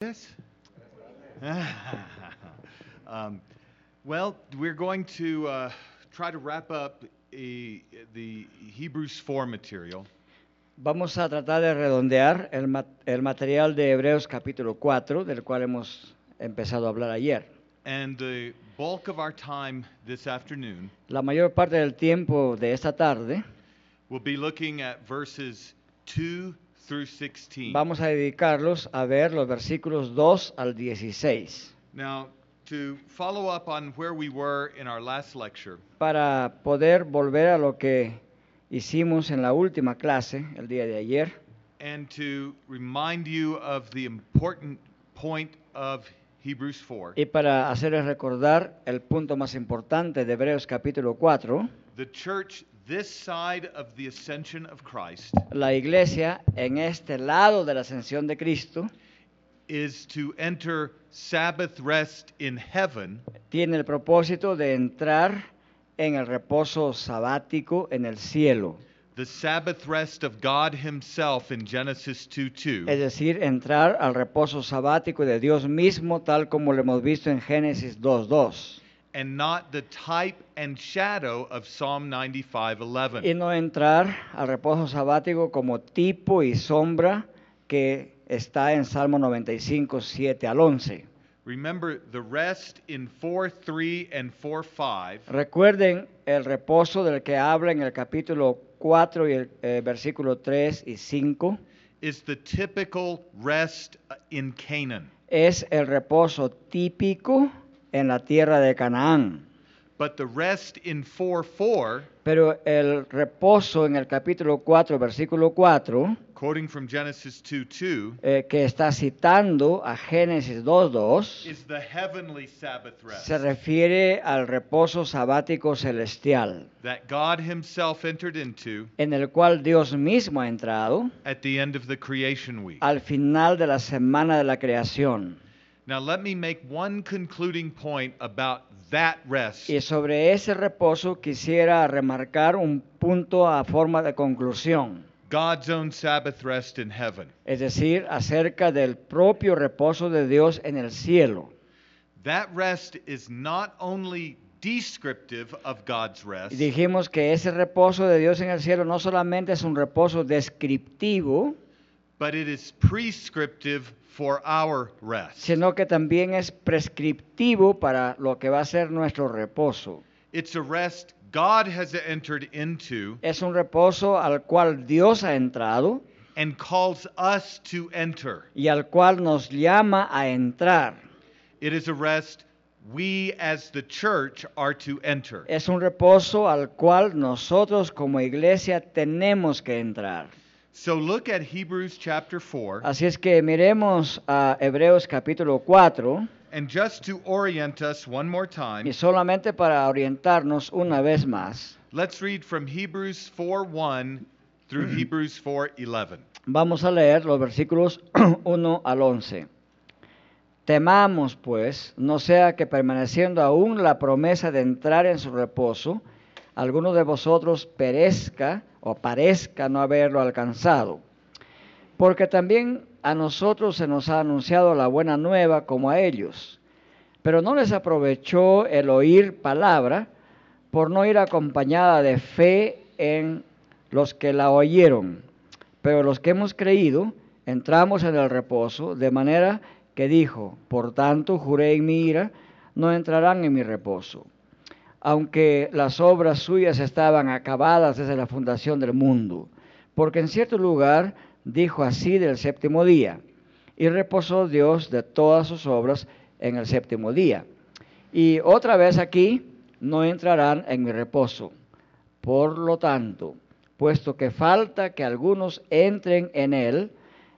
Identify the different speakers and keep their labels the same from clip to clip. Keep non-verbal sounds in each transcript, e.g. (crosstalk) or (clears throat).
Speaker 1: tardes. (laughs) Um, Well, we're going to uh, try to wrap up eh, the Hebrews 4 material.
Speaker 2: Vamos a tratar de redondear el, ma- el material de Hebreos capítulo 4, del cual hemos empezado a hablar ayer.
Speaker 1: And the bulk of our time this afternoon
Speaker 2: La mayor parte del tiempo de esta tarde
Speaker 1: will be looking at verses 2 through 16.
Speaker 2: vamos a dedicarlos a ver los versículos 2 al 16.
Speaker 1: Now, to follow up on where we were in our last lecture,
Speaker 2: Para poder volver a lo que hicimos en la última clase, el día de ayer,
Speaker 1: and to remind you of the important point of Hebrews 4,
Speaker 2: y para hacerles recordar el punto más importante de Hebreos capítulo 4,
Speaker 1: the church this side of the ascension of Christ
Speaker 2: la iglesia en este lado de la ascensión de Cristo
Speaker 1: is to enter Sabbath rest in heaven
Speaker 2: tiene el propósito de entrar en el reposo sabático en el cielo,
Speaker 1: the Sabbath rest of God Himself in Genesis 2
Speaker 2: es
Speaker 1: 2,
Speaker 2: decir, entrar al reposo sabático de Dios mismo, tal como lo hemos visto en Génesis 2.2,
Speaker 1: and not the type and shadow of Psalm 95 11.
Speaker 2: y no entrar al reposo sabático como tipo y sombra que está en Salmo 95, 7 al 11.
Speaker 1: Remember the rest in 4 3 and 4 5
Speaker 2: Recuerden el reposo del que habla en el capítulo 4 y el eh, versículo 3 y 5.
Speaker 1: is the typical rest uh, in Canaan.
Speaker 2: es el reposo típico en la tierra de Canaán.
Speaker 1: But the rest in 4 4,
Speaker 2: Pero el reposo en el capítulo 4, versículo 4,
Speaker 1: quoting from Genesis 2 2,
Speaker 2: eh, que está citando a Génesis 2.2,
Speaker 1: is the heavenly Sabbath rest
Speaker 2: se refiere al reposo sabático celestial,
Speaker 1: that God Himself entered into
Speaker 2: en el cual Dios mismo ha entrado
Speaker 1: at the end of the creation week.
Speaker 2: al final de la semana de la creación.
Speaker 1: Now, let me make one concluding point about that rest.
Speaker 2: Y sobre ese reposo quisiera remarcar un punto a forma de conclusión.
Speaker 1: God's own Sabbath rest in heaven.
Speaker 2: es decir, acerca del propio reposo de Dios en el cielo.
Speaker 1: That rest is not only descriptive of God's rest,
Speaker 2: Y dijimos que ese reposo de Dios en el cielo no solamente es un reposo descriptivo,
Speaker 1: but it is prescriptive for our rest.
Speaker 2: sino que también es prescriptivo para lo que va a ser nuestro reposo.
Speaker 1: It's a rest God has entered into
Speaker 2: Es un reposo al cual Dios ha entrado
Speaker 1: and calls us to enter.
Speaker 2: y al cual nos llama a entrar.
Speaker 1: It is a rest we as the church are to enter.
Speaker 2: Es un reposo al cual nosotros como iglesia tenemos que entrar.
Speaker 1: So look at Hebrews chapter 4.
Speaker 2: Así es que miremos a Hebreos capítulo 4.
Speaker 1: And just to orient us one more time,
Speaker 2: Y solamente para orientarnos una vez más,
Speaker 1: let's read from Hebrews 4:1 through Hebrews 4:11.
Speaker 2: vamos a leer los versículos (clears throat) 1 al 11. Temamos, pues, no sea que permaneciendo aún la promesa de entrar en su reposo, alguno de vosotros perezca o parezca no haberlo alcanzado. Porque también a nosotros se nos ha anunciado la buena nueva como a ellos. Pero no les aprovechó el oír palabra por no ir acompañada de fe en los que la oyeron. Pero los que hemos creído entramos en el reposo, de manera que dijo, por tanto juré en mi ira, no entrarán en mi reposo, aunque las obras suyas estaban acabadas desde la fundación del mundo. Porque en cierto lugar dijo así del séptimo día, y reposó Dios de todas sus obras en el séptimo día. Y otra vez aquí, no entrarán en mi reposo. Por lo tanto, puesto que falta que algunos entren en él,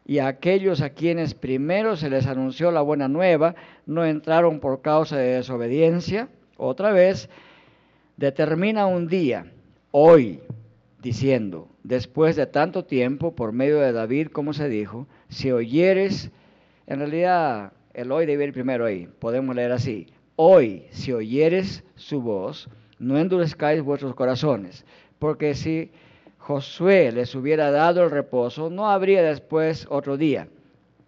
Speaker 2: y aquellos a quienes primero se les anunció la buena nueva no entraron por causa de desobediencia, otra vez determina un día, hoy, diciendo, después de tanto tiempo, por medio de David, como se dijo, si oyeres, en realidad el hoy debe ir primero ahí, podemos leer así, hoy, si oyeres su voz, no endurezcáis vuestros corazones, porque si Josué les hubiera dado el reposo, no habría después otro día.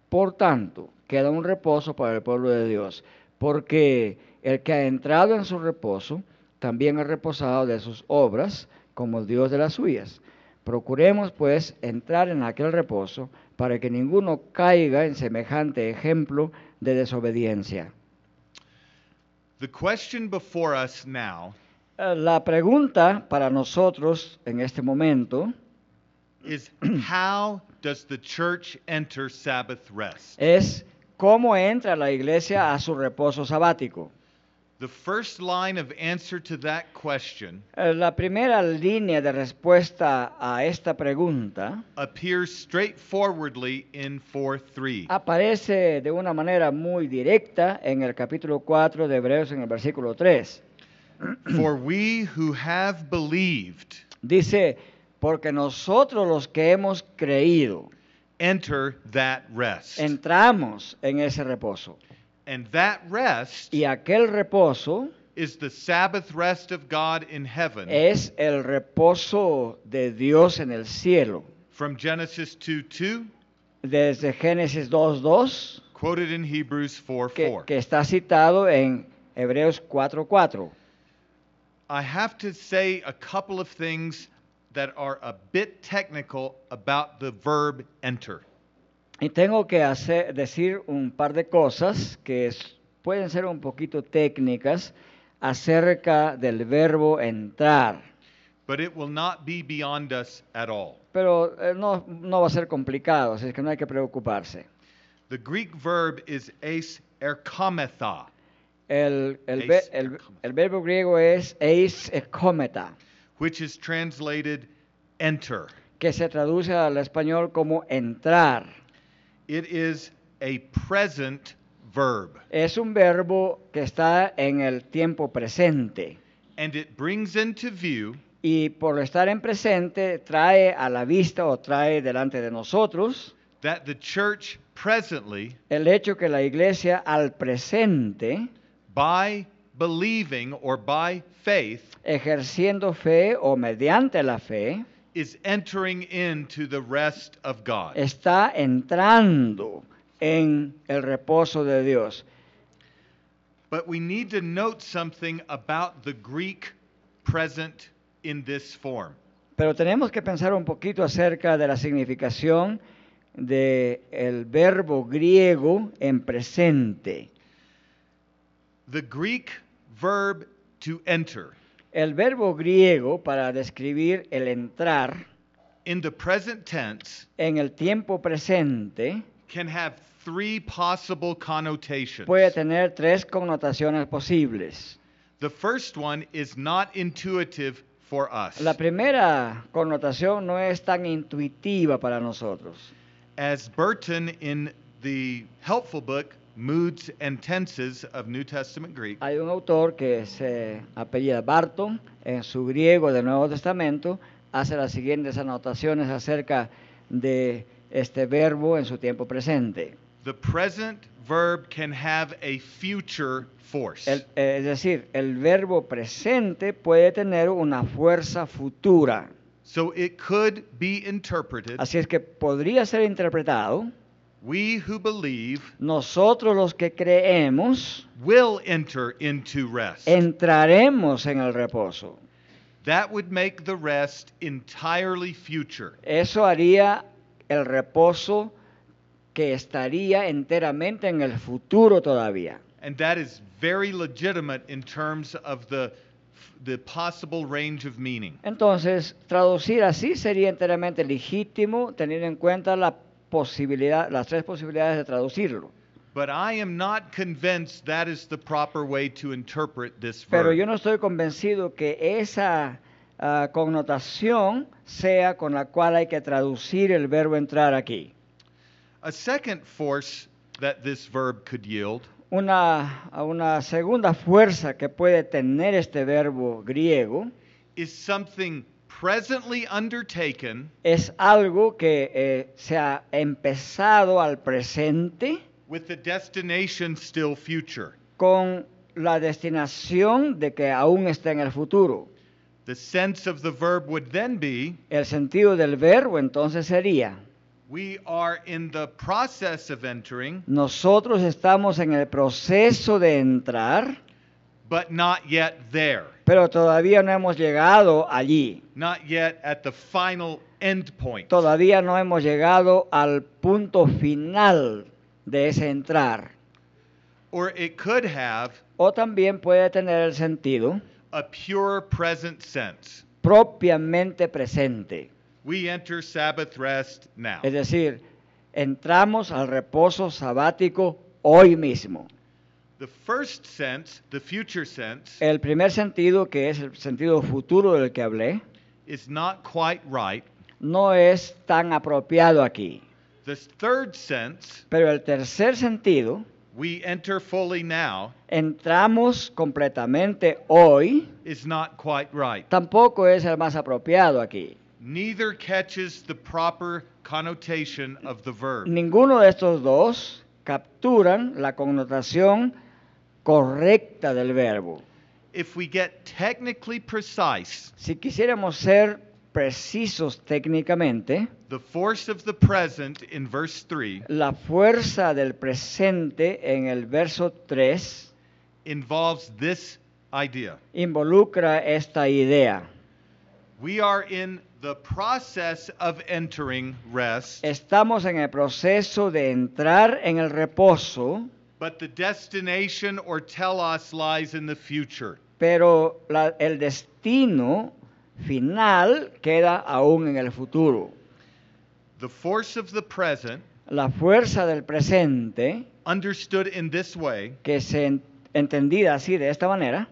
Speaker 2: Por tanto, queda un reposo para el pueblo de Dios, porque el que ha entrado en su reposo, también ha reposado de sus obras, como el Dios de las suyas. Procuremos, pues, entrar en aquel reposo, para que ninguno caiga en semejante ejemplo de desobediencia.
Speaker 1: The question before us now
Speaker 2: Eh, La pregunta para nosotros en este momento
Speaker 1: is (clears throat) how does the church enter Sabbath rest?
Speaker 2: es cómo entra la iglesia a su reposo sabático.
Speaker 1: The first line of answer to that question
Speaker 2: Eh, La primera línea de respuesta a esta pregunta
Speaker 1: appears straightforwardly in 4 3.
Speaker 2: aparece de una manera muy directa en el capítulo 4 de Hebreos en el versículo 3.
Speaker 1: For we who have believed
Speaker 2: Dice, porque nosotros los que hemos creído
Speaker 1: enter that rest.
Speaker 2: entramos en ese reposo.
Speaker 1: and that rest
Speaker 2: Y aquel reposo
Speaker 1: is the Sabbath rest of God in heaven
Speaker 2: es el reposo de Dios en el cielo.
Speaker 1: from Genesis 2 2,
Speaker 2: Desde Génesis 2.2,
Speaker 1: quoted in Hebrews 4
Speaker 2: que,
Speaker 1: 4.
Speaker 2: que está citado en Hebreos 4.4.
Speaker 1: I have to say a couple of things that are a bit technical about the verb enter.
Speaker 2: Y tengo que hacer, decir un par de cosas que es- pueden ser un poquito técnicas acerca del verbo entrar.
Speaker 1: But it will not be beyond us at all.
Speaker 2: Pero eh, no, no va a ser complicado, así es que no hay que preocuparse.
Speaker 1: The Greek verb is ace erkometha,
Speaker 2: El, el ve-
Speaker 1: Eis
Speaker 2: el-
Speaker 1: ekometa.
Speaker 2: el verbo griego es e eis ekometa,
Speaker 1: which is translated enter.
Speaker 2: que se traduce al español como entrar.
Speaker 1: It is a present verb,
Speaker 2: Es un verbo que está en el tiempo presente
Speaker 1: and it brings into view
Speaker 2: y por estar en presente trae a la vista o trae delante de nosotros
Speaker 1: that the church presently,
Speaker 2: el hecho que la iglesia al presente,
Speaker 1: by believing or by faith,
Speaker 2: ejerciendo fe o mediante la fe,
Speaker 1: is entering into the rest of God.
Speaker 2: está entrando en el reposo de Dios.
Speaker 1: But we need to note something about the Greek present in this form.
Speaker 2: Pero tenemos que pensar un poquito acerca de la significación del verbo griego en presente.
Speaker 1: The Greek verb to enter
Speaker 2: El verbo griego para describir el entrar
Speaker 1: in the present tense
Speaker 2: en el tiempo presente
Speaker 1: can have three possible connotations.
Speaker 2: puede tener tres connotaciones posibles.
Speaker 1: The first one is not intuitive for us,
Speaker 2: La primera connotación no es tan intuitiva para nosotros.
Speaker 1: as Burton in the helpful book Moods and Tenses of New Testament Greek
Speaker 2: Hay un autor que se apellida Barton, en su griego del Nuevo Testamento, hace las siguientes anotaciones acerca de este verbo en su tiempo presente.
Speaker 1: The present verb can have a future force.
Speaker 2: El- eh, es decir, el verbo presente puede tener una fuerza futura.
Speaker 1: so it could be interpreted
Speaker 2: Así es que podría ser interpretado,
Speaker 1: we who believe
Speaker 2: nosotros los que creemos
Speaker 1: will enter into rest.
Speaker 2: entraremos en el reposo.
Speaker 1: that would make the rest entirely future.
Speaker 2: Eso haría el reposo que estaría enteramente en el futuro todavía.
Speaker 1: And that is very legitimate in terms of the the possible range of meaning.
Speaker 2: Entonces, traducir así sería enteramente legítimo teniendo en cuenta la posibilidad, las tres posibilidades de traducirlo.
Speaker 1: But I am not convinced that is the proper way to interpret this verb.
Speaker 2: Pero yo no estoy convencido que esa ah, connotación sea con la cual hay que traducir el verbo entrar aquí.
Speaker 1: A second force that this verb could yield
Speaker 2: Una, una segunda fuerza que puede tener este verbo griego
Speaker 1: is something presently undertaken
Speaker 2: es algo que eh, se ha empezado al presente
Speaker 1: with the destination still future.
Speaker 2: con la destinación de que aún está en el futuro.
Speaker 1: The sense of the verb would then be
Speaker 2: El sentido del verbo entonces sería,
Speaker 1: We are in the process of entering,
Speaker 2: Nosotros estamos en el proceso de entrar,
Speaker 1: but not yet there,
Speaker 2: pero todavía no hemos llegado allí.
Speaker 1: not yet at the final end point.
Speaker 2: Todavía no hemos llegado al punto final de ese entrar.
Speaker 1: Or it could have
Speaker 2: O también puede tener el sentido
Speaker 1: a pure present sense.
Speaker 2: propiamente presente.
Speaker 1: We enter Sabbath rest now.
Speaker 2: Es decir, entramos al reposo sabático hoy mismo.
Speaker 1: The first sense, the future sense,
Speaker 2: El primer sentido, que es el sentido futuro del que hablé,
Speaker 1: is not quite right.
Speaker 2: no es tan apropiado aquí.
Speaker 1: The third sense,
Speaker 2: Pero el tercer sentido,
Speaker 1: we enter fully now,
Speaker 2: entramos completamente hoy,
Speaker 1: is not quite right.
Speaker 2: tampoco es el más apropiado aquí.
Speaker 1: Neither catches the proper connotation of the verb.
Speaker 2: Ninguno de estos dos capturan la connotación correcta del verbo.
Speaker 1: If we get technically precise,
Speaker 2: Si quisiéramos ser precisos técnicamente,
Speaker 1: the force of the present in verse 3
Speaker 2: la fuerza del presente en el verso 3
Speaker 1: involves this idea.
Speaker 2: involucra esta idea.
Speaker 1: We are in the process of entering rest,
Speaker 2: Estamos en el proceso de entrar en el reposo,
Speaker 1: but the destination or telos lies in the future.
Speaker 2: pero la- el destino final queda aún en el futuro.
Speaker 1: The force of the present,
Speaker 2: La fuerza del presente,
Speaker 1: understood in this way,
Speaker 2: que se en- entendida así de esta manera,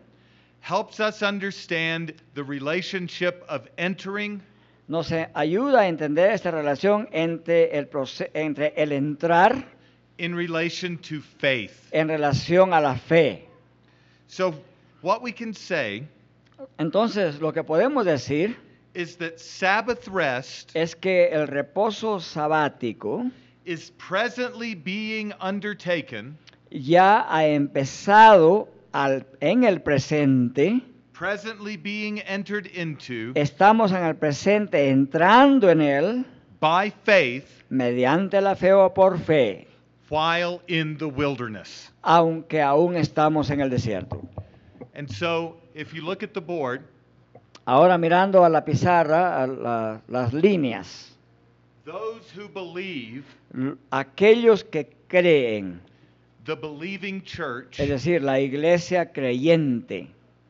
Speaker 1: helps us understand the relationship of entering
Speaker 2: nos eh, ayuda a entender esta relación entre el, proce- entre el entrar
Speaker 1: in relation to faith.
Speaker 2: en relación a la fe.
Speaker 1: So, what we can say
Speaker 2: Entonces, lo que podemos decir
Speaker 1: is that Sabbath rest
Speaker 2: es que el reposo sabático
Speaker 1: is presently being undertaken,
Speaker 2: ya ha empezado al- en el presente,
Speaker 1: presently being entered into
Speaker 2: estamos en el presente entrando en él
Speaker 1: by faith
Speaker 2: mediante la fe o por fe,
Speaker 1: while in the wilderness.
Speaker 2: aunque aún estamos en el desierto.
Speaker 1: And so, if you look at the board,
Speaker 2: Ahora mirando a la pizarra, a la- las líneas,
Speaker 1: those who believe,
Speaker 2: l- aquellos que creen,
Speaker 1: the believing church,
Speaker 2: es decir, la iglesia creyente,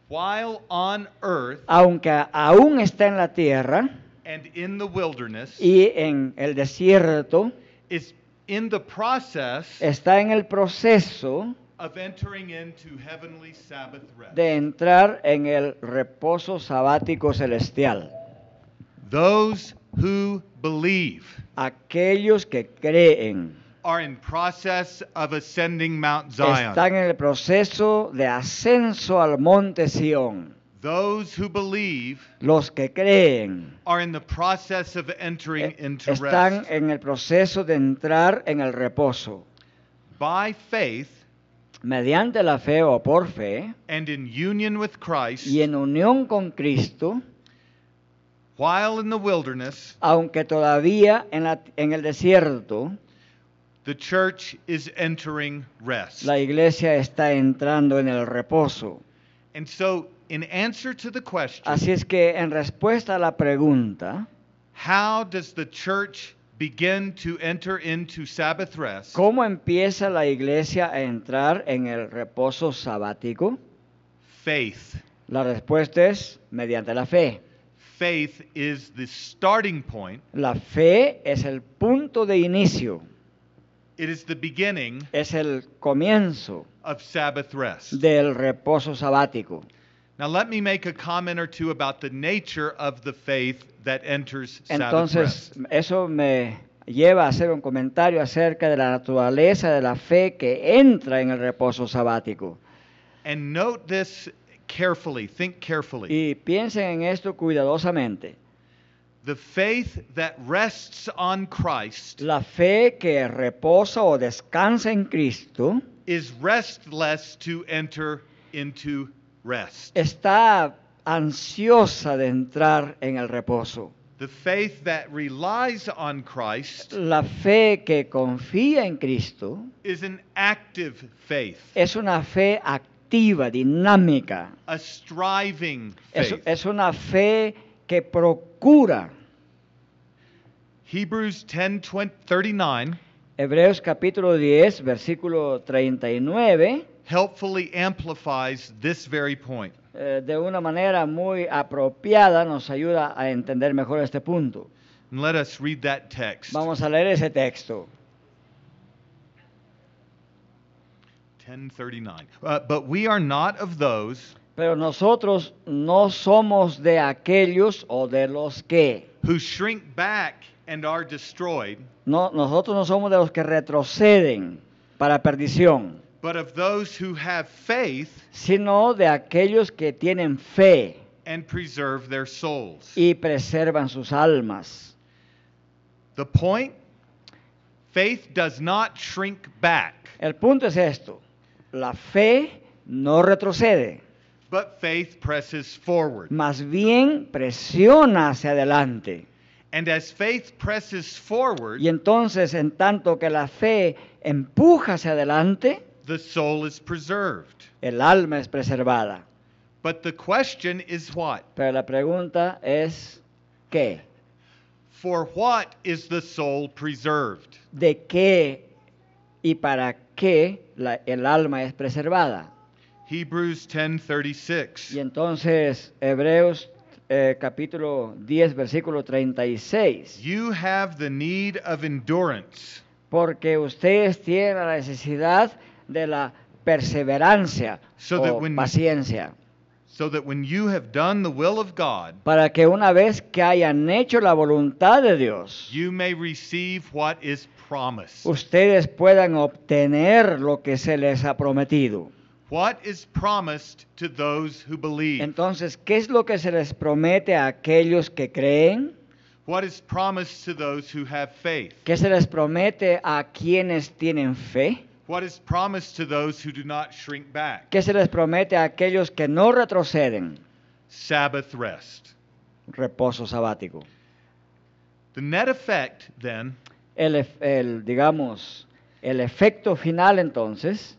Speaker 1: while on earth
Speaker 2: aunque aún está en la tierra,
Speaker 1: and in the wilderness,
Speaker 2: y en el desierto
Speaker 1: is in the process
Speaker 2: está en el proceso
Speaker 1: of entering into heavenly Sabbath rest.
Speaker 2: de entrar en el reposo sabático celestial.
Speaker 1: Those who believe
Speaker 2: Aquellos que creen
Speaker 1: are in process of ascending Mount Zion.
Speaker 2: están en el proceso de ascenso al monte Sión.
Speaker 1: Those who believe
Speaker 2: Los que creen
Speaker 1: are in the process of entering
Speaker 2: eh,
Speaker 1: into
Speaker 2: están
Speaker 1: rest.
Speaker 2: en el proceso de entrar en el reposo
Speaker 1: By faith
Speaker 2: mediante la fe o por fe
Speaker 1: and in union with Christ,
Speaker 2: y en unión con Cristo,
Speaker 1: while in the wilderness,
Speaker 2: aunque todavía en, la- en el desierto,
Speaker 1: the church is entering rest.
Speaker 2: La iglesia está entrando en el reposo.
Speaker 1: and so, in answer to the question,
Speaker 2: Así es que en respuesta a la pregunta,
Speaker 1: How does the church begin to enter into Sabbath rest?
Speaker 2: ¿cómo empieza la iglesia a entrar en el reposo sabático?
Speaker 1: Faith.
Speaker 2: La respuesta es mediante la fe.
Speaker 1: Faith is the starting point.
Speaker 2: La fe es el punto de inicio,
Speaker 1: It is the beginning
Speaker 2: es el comienzo
Speaker 1: of Sabbath rest.
Speaker 2: del reposo sabático.
Speaker 1: Now let me make a comment or two about the nature of the faith that enters Sabbath
Speaker 2: Entonces,
Speaker 1: rest.
Speaker 2: eso me lleva a hacer un comentario acerca de la naturaleza de la fe que entra en el reposo sabático.
Speaker 1: And note this carefully. Think carefully.
Speaker 2: Y piensen en esto cuidadosamente.
Speaker 1: The faith that rests on Christ
Speaker 2: La fe que reposa o descansa en Cristo
Speaker 1: is restless to enter into rest.
Speaker 2: está ansiosa de entrar en el reposo.
Speaker 1: The The faith that relies on Christ
Speaker 2: La fe que confía en Cristo
Speaker 1: is an active faith,
Speaker 2: es una fe activa, dinámica.
Speaker 1: a striving
Speaker 2: Es,
Speaker 1: faith.
Speaker 2: es una fe que procura.
Speaker 1: Hebrews 10 39
Speaker 2: Hebreos capítulo 10, versículo 39,
Speaker 1: helpfully amplifies this very point.
Speaker 2: eh, de una manera muy apropiada nos ayuda a entender mejor este punto.
Speaker 1: And let us read that text.
Speaker 2: Vamos a leer ese texto.
Speaker 1: 1039. Uh, but we are not of those
Speaker 2: Pero nosotros no somos de aquellos o de los que.
Speaker 1: who shrink back and are destroyed,
Speaker 2: No, nosotros no somos de los que retroceden para perdición,
Speaker 1: but of those who have faith
Speaker 2: sino de aquellos que tienen fe
Speaker 1: and preserve their souls.
Speaker 2: y preservan sus almas.
Speaker 1: The point faith does not shrink back,
Speaker 2: El punto es esto. La fe no retrocede,
Speaker 1: but faith presses forward.
Speaker 2: más bien presiona hacia adelante.
Speaker 1: And as faith presses forward,
Speaker 2: Y entonces, en tanto que la fe empuja hacia adelante,
Speaker 1: the soul is preserved.
Speaker 2: el alma es preservada.
Speaker 1: But the question is what?
Speaker 2: Pero la pregunta es, ¿qué?
Speaker 1: For what is the soul preserved?
Speaker 2: ¿De qué y para qué la- el alma es preservada?
Speaker 1: Hebrews 10:36.
Speaker 2: Y entonces, Hebreos eh, capítulo 10, versículo 36.
Speaker 1: You have the need of endurance,
Speaker 2: Porque ustedes tienen la necesidad de la perseverancia
Speaker 1: So that
Speaker 2: o
Speaker 1: when-
Speaker 2: paciencia.
Speaker 1: so that when you have done the will of God,
Speaker 2: Para que una vez que hayan hecho la voluntad de Dios,
Speaker 1: you may receive what is promised.
Speaker 2: ustedes puedan obtener lo que se les ha prometido.
Speaker 1: What is promised to those who believe?
Speaker 2: Entonces, ¿qué es lo que se les promete a aquellos que creen?
Speaker 1: What is promised to those who have faith?
Speaker 2: ¿Qué se les promete a quienes tienen fe?
Speaker 1: What is promised to those who do not shrink back?
Speaker 2: ¿Qué se les promete a aquellos que no retroceden?
Speaker 1: Sabbath rest.
Speaker 2: Reposo sabático.
Speaker 1: The net effect, then,
Speaker 2: El, ef- el, digamos, el efecto final entonces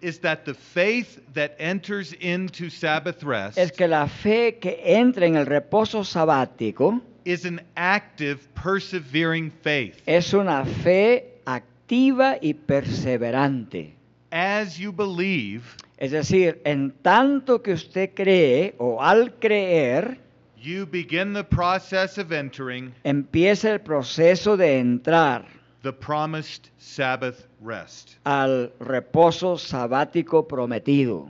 Speaker 1: is that the faith that enters into Sabbath rest
Speaker 2: es que la fe que entra en el reposo sabático
Speaker 1: is an active, persevering faith.
Speaker 2: es una fe activa y perseverante.
Speaker 1: As you believe,
Speaker 2: Es decir, en tanto que usted cree o al creer,
Speaker 1: you begin the process of entering
Speaker 2: empieza el proceso de entrar
Speaker 1: the promised Sabbath rest.
Speaker 2: al reposo sabático prometido.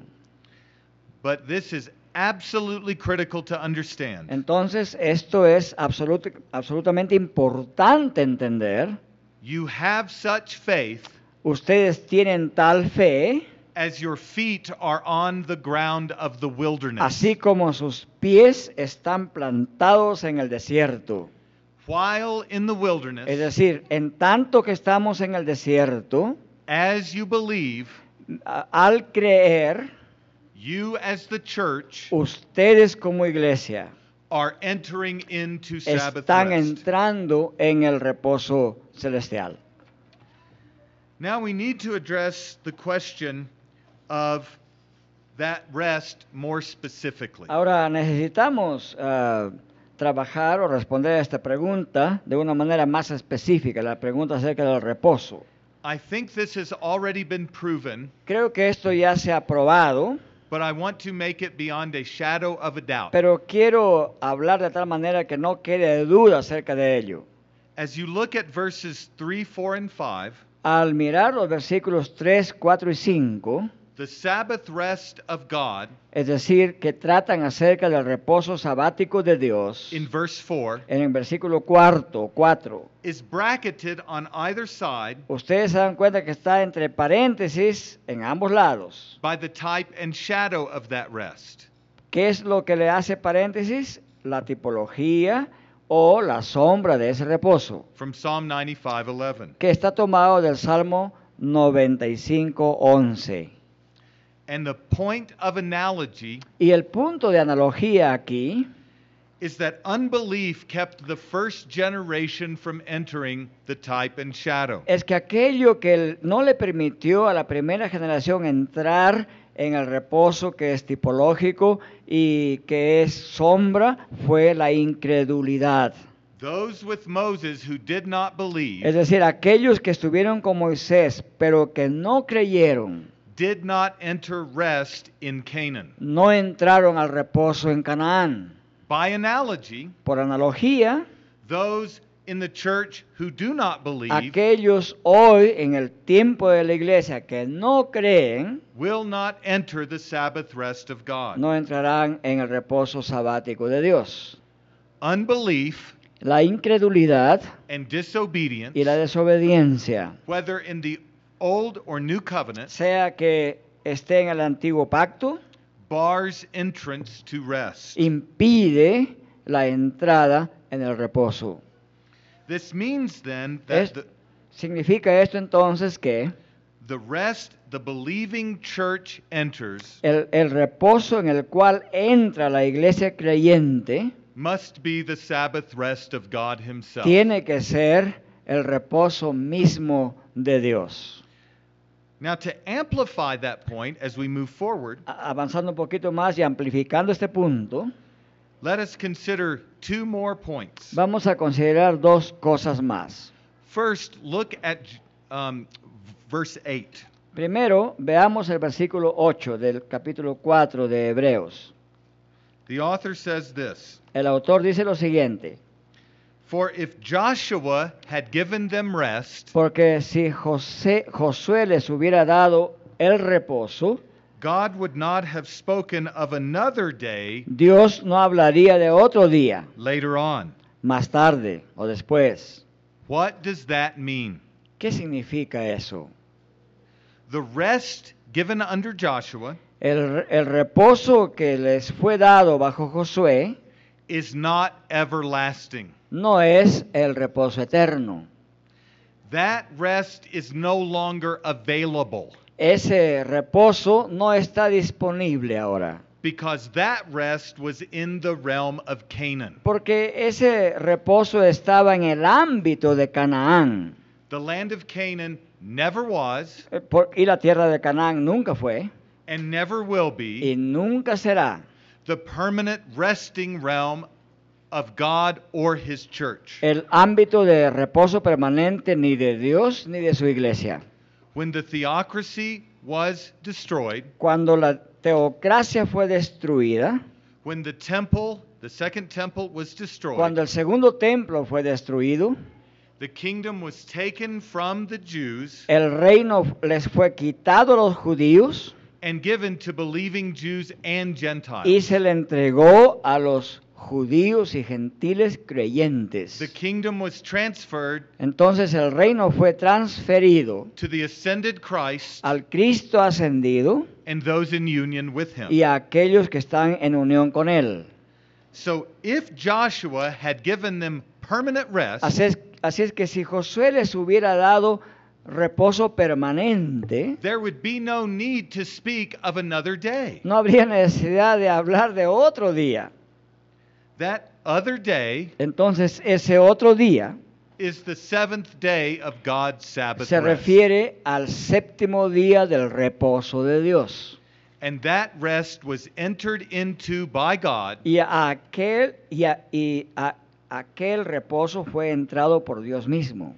Speaker 1: But this is absolutely critical to understand.
Speaker 2: Entonces, esto es absolut- absolutamente importante entender.
Speaker 1: You have such faith
Speaker 2: Ustedes tienen tal fe,
Speaker 1: as your feet are on the ground of the wilderness.
Speaker 2: así como sus pies están plantados en el desierto.
Speaker 1: While in the
Speaker 2: Es
Speaker 1: wilderness,
Speaker 2: decir, en tanto que estamos en el desierto,
Speaker 1: as you believe,
Speaker 2: a- al creer,
Speaker 1: you as the church
Speaker 2: ustedes como iglesia
Speaker 1: are entering into Sabbath
Speaker 2: están
Speaker 1: rest.
Speaker 2: entrando en el reposo celestial.
Speaker 1: Now we need to address the question of that rest more specifically.
Speaker 2: Ahora necesitamos ah, trabajar o responder a esta pregunta de una manera más específica, la pregunta acerca del reposo.
Speaker 1: I think this has already been proven,
Speaker 2: Creo que esto ya se ha probado,
Speaker 1: but I want to make it beyond a shadow of a doubt.
Speaker 2: pero quiero hablar de tal manera que no quede duda acerca de ello.
Speaker 1: As you look at verses 3, 4, and 5,
Speaker 2: Al mirar los versículos 3, 4 y 5,
Speaker 1: the Sabbath rest of God
Speaker 2: es decir, que tratan acerca del reposo sabático de Dios,
Speaker 1: in verse 4
Speaker 2: en el versículo cuarto, 4,
Speaker 1: is bracketed on either side
Speaker 2: ustedes se dan cuenta que está entre paréntesis en ambos lados.
Speaker 1: by the type and shadow of that rest.
Speaker 2: ¿Qué es lo que le hace paréntesis? La tipología o la sombra de ese reposo,
Speaker 1: From Psalm 95, 11.
Speaker 2: que está tomado del Salmo 95.11.
Speaker 1: And the point of analogy
Speaker 2: Y el punto de analogía aquí
Speaker 1: is that unbelief kept the first generation from entering the type and shadow.
Speaker 2: es que aquello que él no le permitió a la primera generación entrar en el reposo que es tipológico y que es sombra fue la incredulidad.
Speaker 1: Those with Moses who did not
Speaker 2: Es
Speaker 1: believe
Speaker 2: decir, aquellos que estuvieron con Moisés pero que no creyeron,
Speaker 1: did not enter rest in Canaan.
Speaker 2: no entraron al reposo en Canaán.
Speaker 1: By analogy,
Speaker 2: Por analogía,
Speaker 1: those in the church who do not believe
Speaker 2: aquellos hoy en el tiempo de la iglesia que no creen,
Speaker 1: will not enter the Sabbath rest of God.
Speaker 2: no entrarán en el reposo sabático de Dios.
Speaker 1: Unbelief
Speaker 2: La incredulidad
Speaker 1: and disobedience,
Speaker 2: y la desobediencia,
Speaker 1: whether in the Old or New Covenant,
Speaker 2: sea que esté en el antiguo pacto,
Speaker 1: bars entrance to rest.
Speaker 2: impide la entrada en el reposo.
Speaker 1: This means then
Speaker 2: Es-
Speaker 1: that the,
Speaker 2: significa esto entonces que
Speaker 1: the rest the believing church enters
Speaker 2: el, el reposo en el cual entra la iglesia creyente
Speaker 1: must be the Sabbath rest of God Himself.
Speaker 2: tiene que ser el reposo mismo de Dios.
Speaker 1: Now, to amplify that point as we move forward,
Speaker 2: A- Avanzando un poquito más y amplificando este punto,
Speaker 1: let us consider two more points.
Speaker 2: vamos a considerar dos cosas más.
Speaker 1: First, look at um, verse 8.
Speaker 2: Primero, veamos el versículo 8 del capítulo 4 de Hebreos.
Speaker 1: The author says this
Speaker 2: El autor dice lo siguiente,
Speaker 1: For if Joshua had given them rest,
Speaker 2: porque si José, Josué les hubiera dado el reposo,
Speaker 1: God would not have spoken of another day
Speaker 2: Dios no hablaría de otro día,
Speaker 1: later on.
Speaker 2: más tarde o después.
Speaker 1: What does that mean?
Speaker 2: ¿Qué significa eso?
Speaker 1: The rest given under Joshua
Speaker 2: El, el reposo que les fue dado bajo Josué
Speaker 1: is not everlasting.
Speaker 2: no es el reposo eterno.
Speaker 1: That rest is no longer available
Speaker 2: Ese reposo no está disponible ahora,
Speaker 1: because that rest was in the realm of Canaan,
Speaker 2: porque ese reposo estaba en el ámbito de Canaán,
Speaker 1: the land of Canaan never was
Speaker 2: eh, por- y la tierra de Canaán nunca fue
Speaker 1: and never will
Speaker 2: y
Speaker 1: be
Speaker 2: nunca será
Speaker 1: the permanent resting realm of God or His church.
Speaker 2: el ámbito de reposo permanente ni de Dios ni de su iglesia.
Speaker 1: When the theocracy was destroyed,
Speaker 2: Cuando la teocracia fue destruida,
Speaker 1: when the temple, the second temple, was destroyed,
Speaker 2: cuando el segundo templo fue destruido,
Speaker 1: The kingdom was taken from the Jews
Speaker 2: el reino les fue quitado a los judíos
Speaker 1: and given to believing Jews and Gentiles.
Speaker 2: y se le entregó a los judíos y gentiles
Speaker 1: The
Speaker 2: creyentes.
Speaker 1: kingdom was transferred
Speaker 2: Entonces el reino fue transferido
Speaker 1: to the ascended Christ
Speaker 2: al Cristo ascendido
Speaker 1: and those in union with him.
Speaker 2: y a aquellos que están en unión con él.
Speaker 1: So if Joshua had given them permanent rest,
Speaker 2: Así es, así es que si Josué les hubiera dado reposo permanente,
Speaker 1: there would be no need to speak of another day.
Speaker 2: no habría necesidad de hablar de otro día.
Speaker 1: That other day
Speaker 2: Entonces ese otro día
Speaker 1: is the seventh day of God's Sabbath
Speaker 2: se
Speaker 1: rest.
Speaker 2: refiere al séptimo día del reposo de Dios.
Speaker 1: And that rest was entered into by God
Speaker 2: Y a aquel, y a- y a- aquel reposo fue entrado por Dios mismo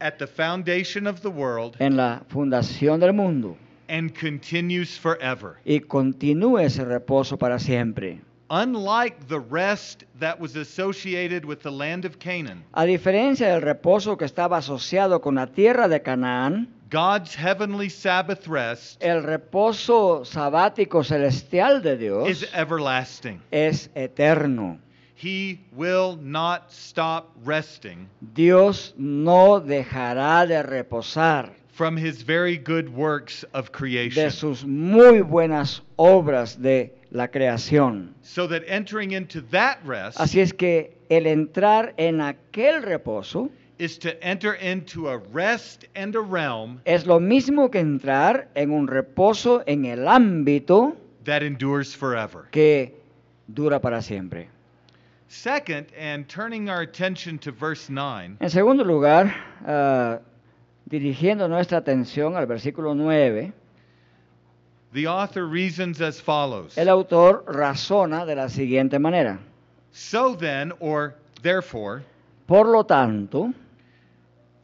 Speaker 1: at the foundation of the world
Speaker 2: en la fundación del mundo.
Speaker 1: and continues forever.
Speaker 2: Y continúa ese reposo para siempre.
Speaker 1: Unlike the rest that was associated with the land of Canaan,
Speaker 2: A diferencia del reposo que estaba asociado con la tierra de Canaán,
Speaker 1: God's heavenly Sabbath rest
Speaker 2: el reposo sabático celestial de
Speaker 1: is
Speaker 2: Dios
Speaker 1: everlasting.
Speaker 2: es eterno.
Speaker 1: He will not stop resting
Speaker 2: Dios no dejará de reposar
Speaker 1: from his very good works of
Speaker 2: de
Speaker 1: creation.
Speaker 2: sus muy buenas obras de la creación.
Speaker 1: So that entering into that rest
Speaker 2: Así es que el entrar en aquel reposo
Speaker 1: is to enter into a rest and a realm
Speaker 2: es lo mismo que entrar en un reposo en el ámbito
Speaker 1: that endures forever.
Speaker 2: que dura para siempre.
Speaker 1: Second, and turning our attention to verse 9,
Speaker 2: En segundo lugar, ah, dirigiendo nuestra atención al versículo 9,
Speaker 1: the author reasons as follows
Speaker 2: el autor razona de la siguiente manera.
Speaker 1: So then, or therefore,
Speaker 2: Por lo tanto,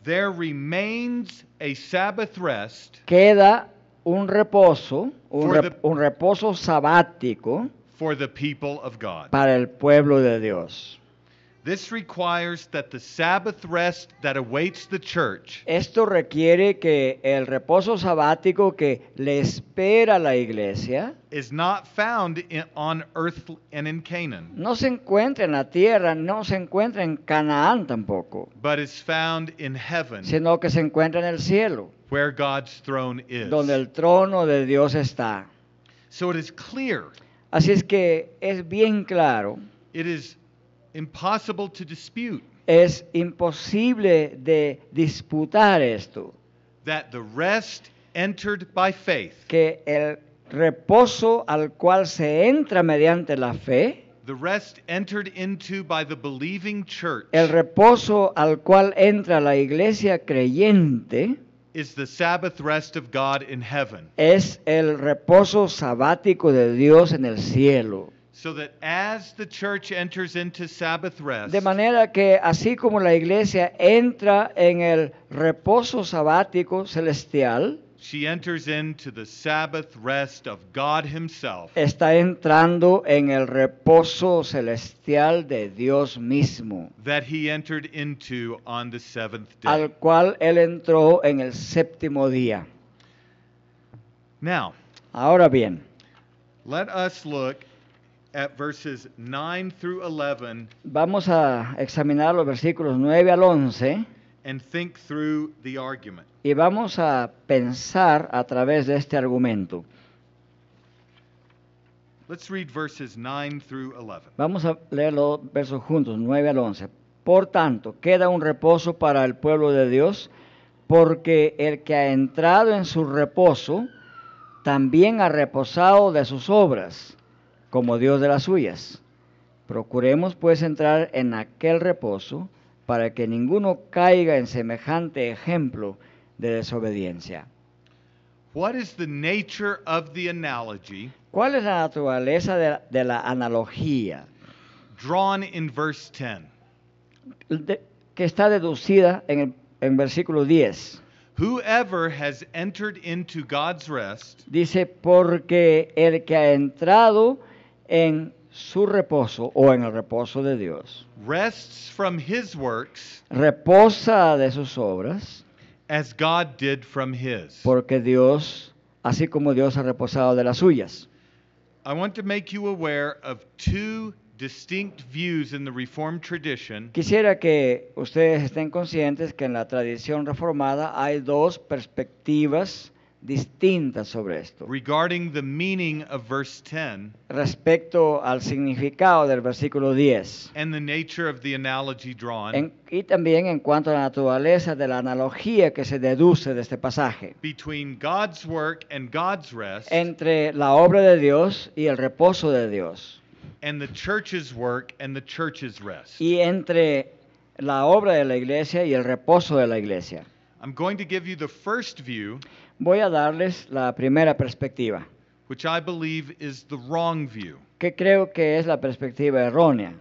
Speaker 1: there remains a Sabbath rest
Speaker 2: queda un reposo, un,
Speaker 1: For
Speaker 2: rep-
Speaker 1: the-
Speaker 2: un reposo sabático
Speaker 1: for the people of God.
Speaker 2: para el pueblo de Dios.
Speaker 1: This requires that the Sabbath rest that awaits the church
Speaker 2: Esto requiere que el reposo sabático que le espera a la iglesia
Speaker 1: is not found in, on earth and in Canaan,
Speaker 2: no se encuentra en la tierra, no se encuentra en Canaán tampoco,
Speaker 1: but is found in heaven,
Speaker 2: sino que se encuentra en el cielo,
Speaker 1: where God's throne is.
Speaker 2: donde el trono de Dios está.
Speaker 1: So it is clear,
Speaker 2: Así es que es bien claro,
Speaker 1: it is impossible to dispute
Speaker 2: es imposible de disputar esto,
Speaker 1: that the rest entered by faith,
Speaker 2: que el reposo al cual se entra mediante la fe,
Speaker 1: the rest entered into by the believing church,
Speaker 2: el reposo al cual entra la iglesia creyente,
Speaker 1: is the Sabbath rest of God in heaven.
Speaker 2: es el reposo sabático de Dios en el cielo.
Speaker 1: So that as the church enters into Sabbath rest,
Speaker 2: De manera que así como la iglesia entra en el reposo sabático celestial,
Speaker 1: she enters into the Sabbath rest of God Himself,
Speaker 2: está entrando en el reposo celestial de Dios mismo,
Speaker 1: that He entered into on the seventh day.
Speaker 2: al cual Él entró en el séptimo día.
Speaker 1: Now,
Speaker 2: Ahora bien,
Speaker 1: let us look at verses 9 through 11
Speaker 2: vamos a examinar los versículos 9 al 11
Speaker 1: and think through the argument.
Speaker 2: y vamos a pensar a través de este argumento.
Speaker 1: Let's read verses 9 through 11.
Speaker 2: Vamos a leer los versos juntos, 9 al 11. Por tanto, queda un reposo para el pueblo de Dios, porque el que ha entrado en su reposo, también ha reposado de sus obras, como Dios de las suyas. Procuremos pues entrar en aquel reposo, para que ninguno caiga en semejante ejemplo de desobediencia.
Speaker 1: What is the nature of the analogy
Speaker 2: ¿Cuál es la naturaleza de- de la analogía?
Speaker 1: drawn in verse 10?
Speaker 2: de- que está deducida en el en versículo 10.
Speaker 1: Whoever has entered into God's rest
Speaker 2: Dice, porque el que ha entrado en su reposo o en el reposo de Dios,
Speaker 1: rests from his works
Speaker 2: reposa de sus obras,
Speaker 1: as God did from his.
Speaker 2: porque Dios, así como Dios ha reposado de las suyas.
Speaker 1: I want to make you aware of two distinct views in the Reformed tradition
Speaker 2: Quisiera que ustedes estén conscientes que en la tradición reformada hay dos perspectivas distintas sobre esto.
Speaker 1: regarding the meaning of verse 10
Speaker 2: Respecto al significado del versículo 10.
Speaker 1: and the nature of the analogy drawn
Speaker 2: En- y también en cuanto a la naturaleza de la analogía que se deduce de este pasaje
Speaker 1: between God's work and God's rest
Speaker 2: entre la obra de Dios y el reposo de Dios
Speaker 1: and the church's work and the church's rest.
Speaker 2: y entre la obra de la iglesia y el reposo de la iglesia.
Speaker 1: I'm going to give you the first view,
Speaker 2: Voy a darles la primera perspectiva,
Speaker 1: which I believe is the wrong view,
Speaker 2: que creo que es la perspectiva errónea,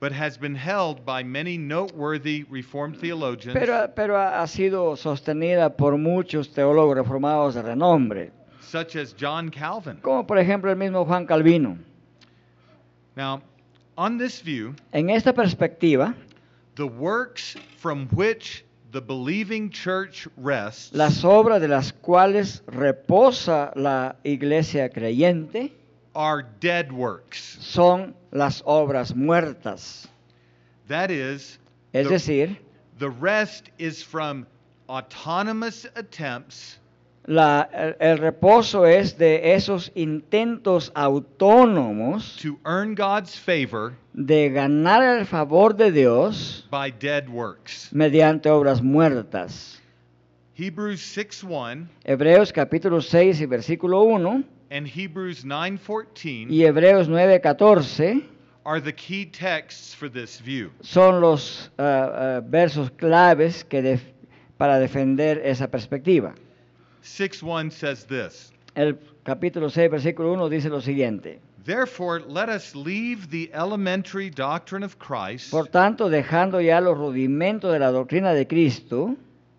Speaker 1: but has been held by many noteworthy Reformed theologians,
Speaker 2: pero, pero ha ha sido sostenida por muchos teólogos reformados de renombre,
Speaker 1: such as John Calvin.
Speaker 2: como por ejemplo el mismo Juan Calvino.
Speaker 1: Now, on this view,
Speaker 2: En esta perspectiva,
Speaker 1: the works from which the believing church rests
Speaker 2: las obras de las cuales reposa la iglesia creyente
Speaker 1: are dead works.
Speaker 2: son las obras muertas.
Speaker 1: That is,
Speaker 2: Es
Speaker 1: the-
Speaker 2: decir,
Speaker 1: the rest is from autonomous attempts
Speaker 2: la- el, el reposo es de esos intentos autónomos
Speaker 1: to earn God's favor
Speaker 2: de ganar el favor de Dios
Speaker 1: by dead works.
Speaker 2: mediante obras muertas.
Speaker 1: Hebrews 6:1
Speaker 2: Hebreos capítulo 6 y versículo 1
Speaker 1: and Hebrews 9:14
Speaker 2: y Hebreos 9:14
Speaker 1: are the key texts for this view.
Speaker 2: son los ah, ah, versos claves que def- para defender esa perspectiva.
Speaker 1: 6:1 says this.
Speaker 2: El capítulo 6, versículo 1 dice lo siguiente.
Speaker 1: Therefore, let us leave the elementary doctrine of Christ
Speaker 2: Por tanto, dejando ya los rudimentos de la doctrina de Cristo,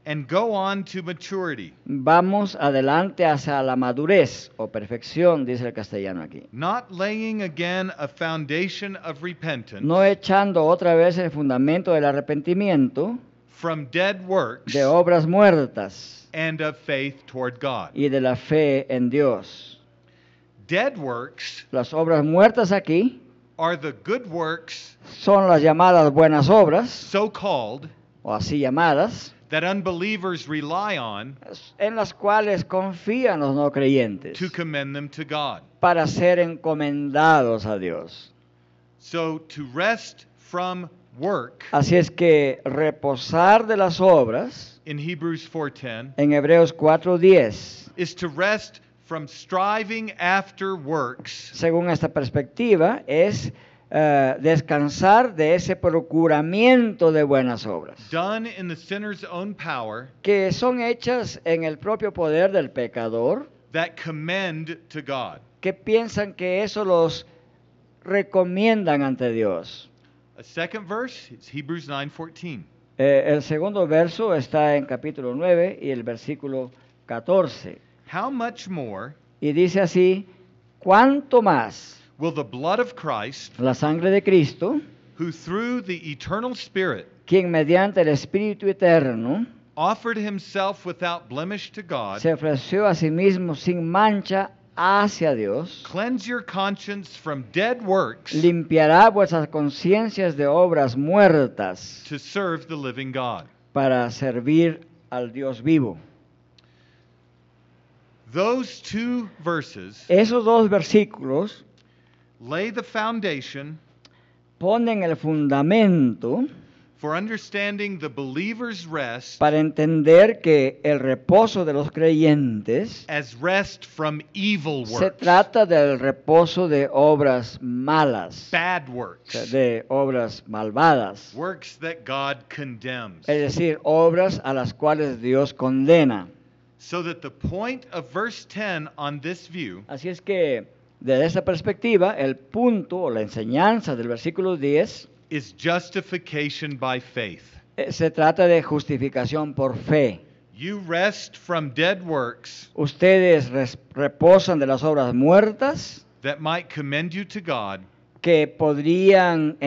Speaker 1: and go on to maturity,
Speaker 2: vamos adelante hacia la madurez o perfección, dice el castellano aquí.
Speaker 1: not laying again a foundation of repentance
Speaker 2: No echando otra vez el fundamento del arrepentimiento
Speaker 1: from dead works
Speaker 2: de obras muertas
Speaker 1: and of faith toward God.
Speaker 2: y de la fe en Dios.
Speaker 1: Dead works
Speaker 2: Las obras muertas aquí
Speaker 1: are the good works,
Speaker 2: son las llamadas buenas obras,
Speaker 1: so called,
Speaker 2: o así llamadas,
Speaker 1: that unbelievers rely on
Speaker 2: en las cuales confían los no creyentes
Speaker 1: to commend them to God.
Speaker 2: para ser encomendados a Dios.
Speaker 1: So to rest from work
Speaker 2: Así es que reposar de las obras,
Speaker 1: in Hebrews 4:10
Speaker 2: en Hebreos 4.10,
Speaker 1: is to rest from striving after works
Speaker 2: según esta perspectiva, es eh, descansar de ese procuramiento de buenas obras,
Speaker 1: done in the sinner's own power
Speaker 2: que son hechas en el propio poder del pecador,
Speaker 1: that commend to God.
Speaker 2: que piensan que eso los recomiendan ante Dios.
Speaker 1: A second verse is Hebrews 9:14.
Speaker 2: Eh, el segundo verso está en capítulo 9 y el versículo 14.
Speaker 1: How much more
Speaker 2: Y dice así, ¿cuánto más
Speaker 1: will the blood of Christ,
Speaker 2: la sangre de Cristo,
Speaker 1: who through the eternal spirit
Speaker 2: quien mediante el Espíritu Eterno
Speaker 1: offered himself without blemish to God,
Speaker 2: se ofreció a sí mismo sin mancha hacia Dios,
Speaker 1: cleanse your conscience from dead works
Speaker 2: limpiará vuestras conciencias de obras muertas
Speaker 1: to serve the living God?
Speaker 2: para servir al Dios vivo?
Speaker 1: Those two verses
Speaker 2: Esos dos versículos
Speaker 1: lay the foundation
Speaker 2: ponen el fundamento
Speaker 1: for understanding the believer's rest
Speaker 2: para entender que el reposo de los creyentes
Speaker 1: as rest from evil
Speaker 2: se
Speaker 1: works,
Speaker 2: trata del reposo de obras malas,
Speaker 1: bad
Speaker 2: o sea,
Speaker 1: works,
Speaker 2: de obras malvadas,
Speaker 1: works that God condemns.
Speaker 2: es decir, obras a las cuales Dios condena.
Speaker 1: So that the point of verse 10 on this view
Speaker 2: Así es que desde esa perspectiva, el punto o la enseñanza del versículo 10
Speaker 1: is justification by faith.
Speaker 2: eh, se trata de justificación por fe.
Speaker 1: You rest from dead works
Speaker 2: Ustedes res- reposan de las obras muertas
Speaker 1: that might commend you to God,
Speaker 2: que podrían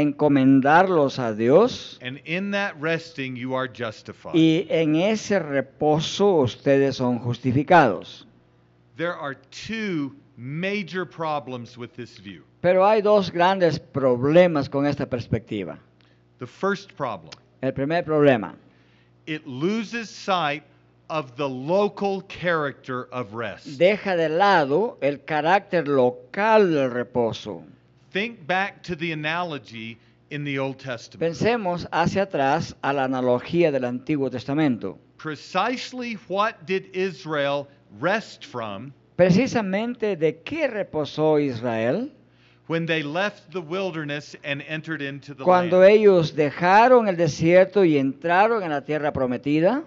Speaker 2: encomendarlos a Dios
Speaker 1: and in that resting you are justified.
Speaker 2: Y en ese reposo ustedes son justificados.
Speaker 1: There are two major problems with this view.
Speaker 2: Pero hay dos grandes problemas con esta perspectiva.
Speaker 1: The first problem
Speaker 2: El primer problema,
Speaker 1: it loses sight of the local character of rest.
Speaker 2: deja de lado el carácter local del reposo.
Speaker 1: Think back to the analogy in the Old Testament.
Speaker 2: Pensemos hacia atrás a la analogía del Antiguo Testamento.
Speaker 1: Precisely what did Israel rest from
Speaker 2: Precisamente de qué reposó Israel
Speaker 1: when they left the wilderness and entered into the
Speaker 2: cuando
Speaker 1: land?
Speaker 2: ellos dejaron el desierto y entraron en la tierra prometida.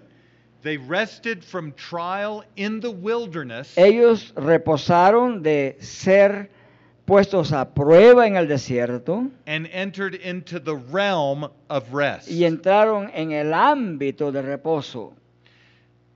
Speaker 1: They rested from trial in the wilderness
Speaker 2: Ellos reposaron de ser puestos a prueba en el desierto
Speaker 1: and entered into the realm of rest.
Speaker 2: y entraron en el ámbito de reposo.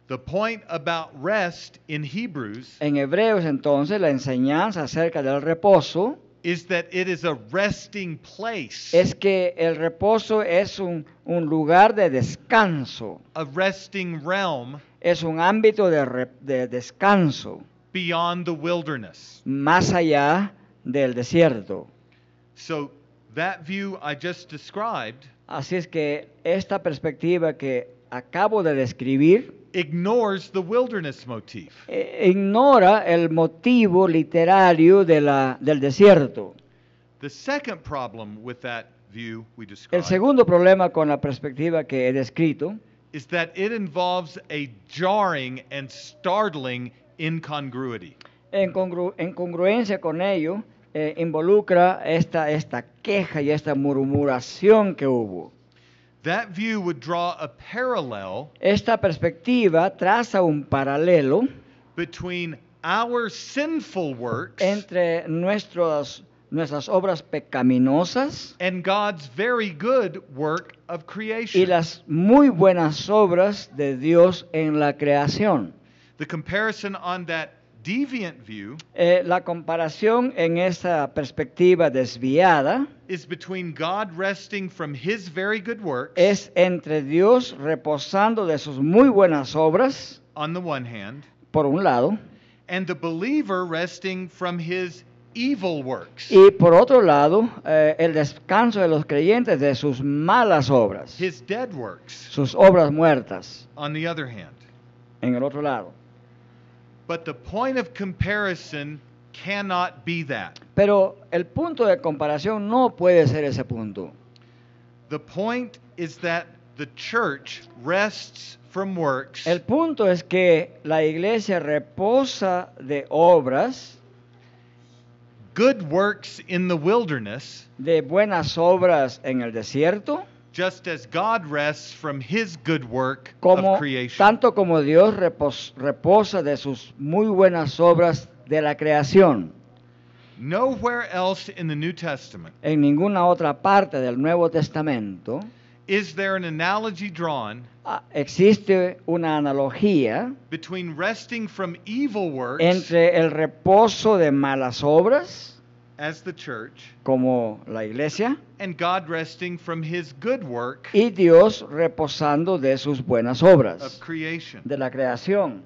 Speaker 1: The point about rest in Hebrews
Speaker 2: En Hebreos entonces la enseñanza acerca del reposo
Speaker 1: is that it is a resting place.
Speaker 2: es que el reposo es un, un lugar de descanso,
Speaker 1: a resting realm
Speaker 2: es un ámbito de, re- de descanso
Speaker 1: beyond the wilderness.
Speaker 2: más allá del desierto.
Speaker 1: So that view I just described
Speaker 2: Así es que esta perspectiva que acabo de describir
Speaker 1: ignores the wilderness motif.
Speaker 2: Eh, ignora el motivo literario de la- del desierto.
Speaker 1: The second problem with that view we
Speaker 2: El
Speaker 1: described
Speaker 2: segundo problema con la perspectiva que he descrito
Speaker 1: is that it involves a jarring and startling incongruity.
Speaker 2: en, congru- en congruencia con ello eh, involucra esta, esta queja y esta murmuración que hubo.
Speaker 1: That view would draw a parallel
Speaker 2: Esta perspectiva traza un paralelo
Speaker 1: between our sinful works
Speaker 2: entre nuestros- nuestras obras pecaminosas
Speaker 1: and God's very good work of
Speaker 2: y
Speaker 1: creation.
Speaker 2: las muy buenas obras de Dios en la creación.
Speaker 1: The comparison on that deviant view
Speaker 2: Eh, la comparación en esta perspectiva desviada
Speaker 1: is between God resting from his very good works
Speaker 2: es entre Dios reposando de sus muy buenas obras,
Speaker 1: on the one hand
Speaker 2: por un lado,
Speaker 1: and the believer resting from his evil works,
Speaker 2: y por otro lado, eh, el descanso de los creyentes de sus malas obras,
Speaker 1: his dead works
Speaker 2: sus obras muertas,
Speaker 1: on the other hand.
Speaker 2: en el otro lado.
Speaker 1: But the point of comparison cannot be that.
Speaker 2: Pero el punto de comparación no puede ser ese punto.
Speaker 1: The point is that the church rests from works
Speaker 2: El punto es que la iglesia reposa de obras,
Speaker 1: good works in the wilderness,
Speaker 2: de buenas obras en el desierto,
Speaker 1: just as God rests from his good work
Speaker 2: como,
Speaker 1: of creation.
Speaker 2: tanto como Dios repos- reposa de sus muy buenas obras de la creación.
Speaker 1: Nowhere else in the New Testament
Speaker 2: En ninguna otra parte del Nuevo Testamento
Speaker 1: is there an analogy drawn
Speaker 2: ah, existe una analogía
Speaker 1: between resting from evil works
Speaker 2: entre el reposo de malas obras,
Speaker 1: as the church
Speaker 2: como la iglesia,
Speaker 1: and God resting from his good work
Speaker 2: y Dios reposando de sus buenas
Speaker 1: of
Speaker 2: obras,
Speaker 1: creation.
Speaker 2: de la creación.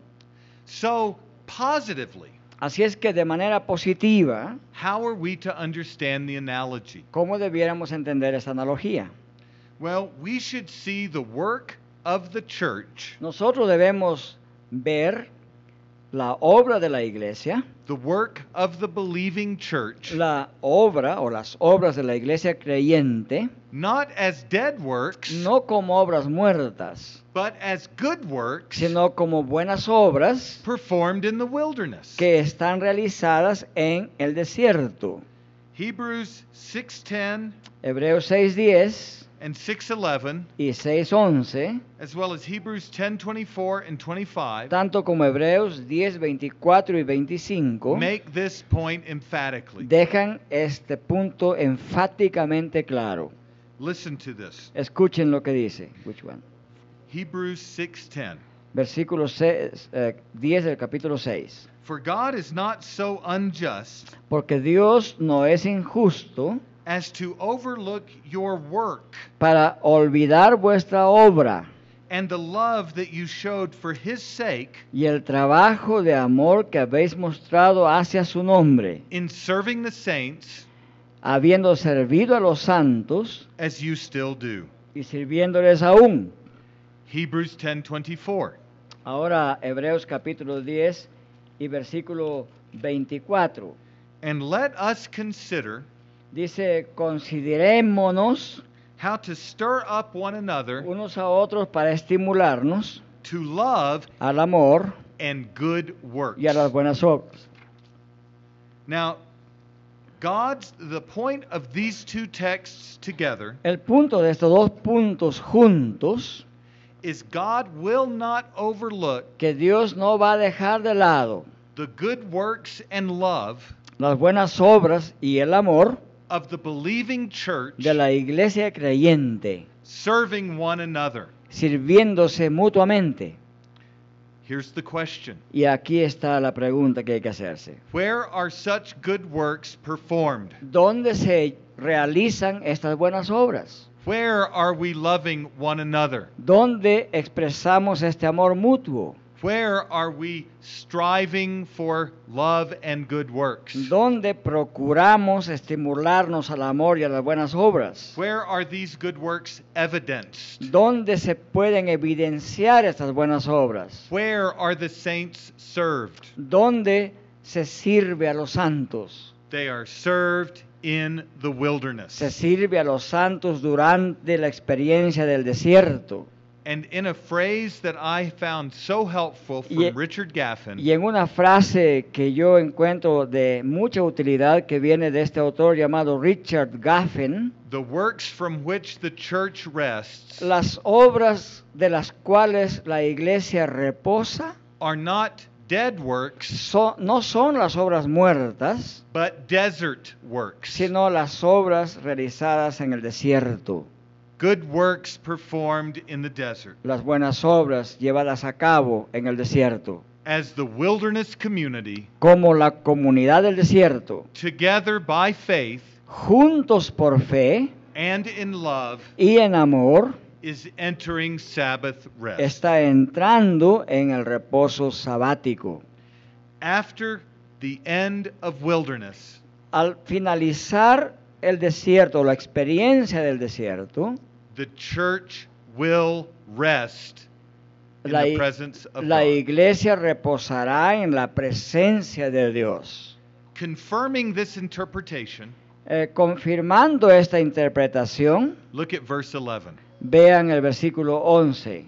Speaker 1: So, positively,
Speaker 2: Así es que de manera positiva,
Speaker 1: how are we to understand the analogy?
Speaker 2: ¿cómo debiéramos entender esta analogía?
Speaker 1: Well, we should see the work of the church,
Speaker 2: Nosotros debemos ver la obra de la iglesia,
Speaker 1: the work of the believing church,
Speaker 2: la obra o las obras de la iglesia creyente,
Speaker 1: not as dead works,
Speaker 2: no como obras muertas,
Speaker 1: but as good works
Speaker 2: sino como buenas obras
Speaker 1: performed in the wilderness.
Speaker 2: que están realizadas en el desierto.
Speaker 1: Hebrews 6:10
Speaker 2: Hebreos 6.10
Speaker 1: and 6:11,
Speaker 2: y 6.11,
Speaker 1: as well as Hebrews 10:24 and 25,
Speaker 2: tanto como Hebreos 10.24 y 25,
Speaker 1: make this point emphatically.
Speaker 2: dejan este punto enfáticamente claro.
Speaker 1: Listen to this.
Speaker 2: Escuchen lo que dice. Which one?
Speaker 1: Hebrews 6:10.
Speaker 2: Versículo 6, eh, 10 del capítulo 6.
Speaker 1: For God is not so unjust
Speaker 2: Porque Dios no es injusto
Speaker 1: as to overlook your work
Speaker 2: para olvidar vuestra obra
Speaker 1: and the love that you showed for his sake
Speaker 2: y el trabajo de amor que habéis mostrado hacia su nombre,
Speaker 1: in serving the saints
Speaker 2: habiendo servido a los santos
Speaker 1: as you still do.
Speaker 2: y sirviéndoles aún.
Speaker 1: Hebrews 10:24.
Speaker 2: Ahora Hebreos capítulo 10 y versículo 24.
Speaker 1: And let us consider
Speaker 2: Dice, considerémonos
Speaker 1: how to stir up one another
Speaker 2: unos a otros para estimularnos
Speaker 1: to love
Speaker 2: al amor
Speaker 1: and good works.
Speaker 2: y a las buenas obras.
Speaker 1: Now, God's the point of these two texts together
Speaker 2: El punto de estos dos puntos juntos,
Speaker 1: is God will not overlook
Speaker 2: que Dios no va a dejar de lado
Speaker 1: the good works and love
Speaker 2: las buenas obras y el amor
Speaker 1: of the believing church
Speaker 2: de la iglesia creyente,
Speaker 1: serving one another.
Speaker 2: sirviéndose mutuamente.
Speaker 1: Here's the question
Speaker 2: Y aquí está la pregunta que hay que hacerse.
Speaker 1: Where are such good works performed?
Speaker 2: ¿Dónde se realizan estas buenas obras?
Speaker 1: Where are we loving one another?
Speaker 2: ¿Dónde expresamos este amor mutuo?
Speaker 1: Where are we striving for love and good works?
Speaker 2: ¿Dónde procuramos estimularnos al amor y a las buenas obras?
Speaker 1: Where are these good works evidenced?
Speaker 2: ¿Dónde se pueden evidenciar estas buenas obras?
Speaker 1: Where are the saints served?
Speaker 2: ¿Dónde se sirve a los santos?
Speaker 1: They are served in the wilderness.
Speaker 2: Se sirve a los santos durante la experiencia del desierto.
Speaker 1: And in a phrase that I found so helpful from
Speaker 2: Y-
Speaker 1: Richard Gaffin,
Speaker 2: Y en una frase que yo encuentro de mucha utilidad que viene de este autor llamado Richard Gaffin,
Speaker 1: the works from which the church rests
Speaker 2: las obras de las cuales la iglesia reposa
Speaker 1: are not dead works,
Speaker 2: son- no son las obras muertas,
Speaker 1: but desert works.
Speaker 2: sino las obras realizadas en el desierto,
Speaker 1: Good works performed in the desert.
Speaker 2: las buenas obras llevadas a cabo en el desierto,
Speaker 1: As the wilderness community,
Speaker 2: como la comunidad del desierto,
Speaker 1: together by faith
Speaker 2: juntos por fe
Speaker 1: and in love,
Speaker 2: y en amor,
Speaker 1: is entering Sabbath rest.
Speaker 2: está entrando en el reposo sabático.
Speaker 1: After the end of wilderness,
Speaker 2: Al finalizar el desierto, la experiencia del desierto,
Speaker 1: the church will rest in
Speaker 2: la,
Speaker 1: the
Speaker 2: i-
Speaker 1: presence of
Speaker 2: la
Speaker 1: God.
Speaker 2: iglesia reposará en la presencia de Dios.
Speaker 1: Confirming this interpretation,
Speaker 2: Eh, confirmando esta interpretación,
Speaker 1: look at verse 11.
Speaker 2: vean el versículo 11.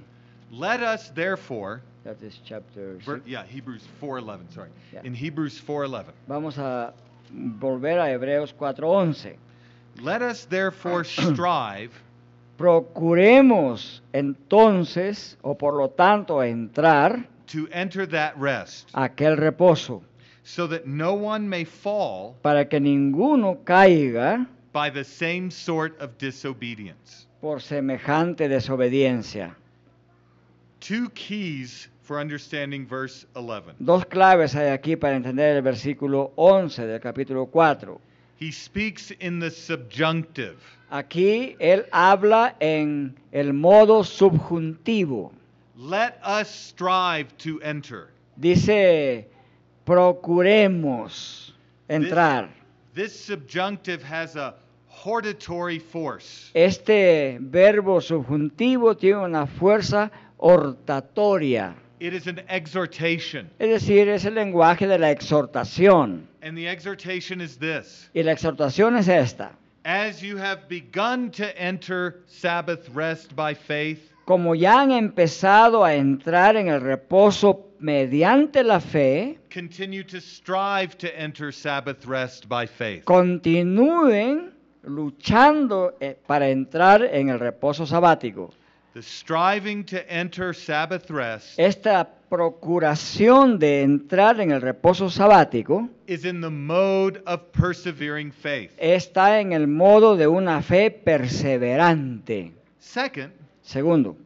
Speaker 1: Let us therefore,
Speaker 2: That is chapter six.
Speaker 1: ver- yeah, Hebrews 4:11, sorry.
Speaker 2: Yeah.
Speaker 1: In Hebrews 4:11.
Speaker 2: Vamos a volver a Hebreos 4:11.
Speaker 1: Let us
Speaker 2: (clears throat)
Speaker 1: therefore strive
Speaker 2: Procuremos entonces, o por lo tanto, entrar
Speaker 1: to enter that rest,
Speaker 2: a aquel reposo,
Speaker 1: so that no one may fall
Speaker 2: para que ninguno caiga
Speaker 1: by the same sort of disobedience.
Speaker 2: por semejante desobediencia.
Speaker 1: Two keys for understanding verse 11.
Speaker 2: Dos claves hay aquí para entender el versículo 11 del capítulo 4.
Speaker 1: He speaks in the subjunctive.
Speaker 2: Aquí él habla en el modo subjuntivo.
Speaker 1: Let us strive to enter.
Speaker 2: Dice, procuremos entrar.
Speaker 1: This subjunctive has a hortatory force.
Speaker 2: Este verbo subjuntivo tiene una fuerza hortatoria,
Speaker 1: It is an exhortation.
Speaker 2: es decir, es el lenguaje de la exhortación.
Speaker 1: And the exhortation is this
Speaker 2: Y la exhortación es esta.
Speaker 1: As you have begun to enter Sabbath rest by faith,
Speaker 2: Como ya han empezado a entrar en el reposo mediante la fe,
Speaker 1: continue to strive to enter Sabbath rest by faith.
Speaker 2: continúen luchando eh, para entrar en el reposo sabático.
Speaker 1: The striving to enter Sabbath rest
Speaker 2: Esta procuración de entrar en el reposo sabático
Speaker 1: is in the mode of persevering faith.
Speaker 2: está en el modo de una fe perseverante.
Speaker 1: Second,
Speaker 2: Segundo,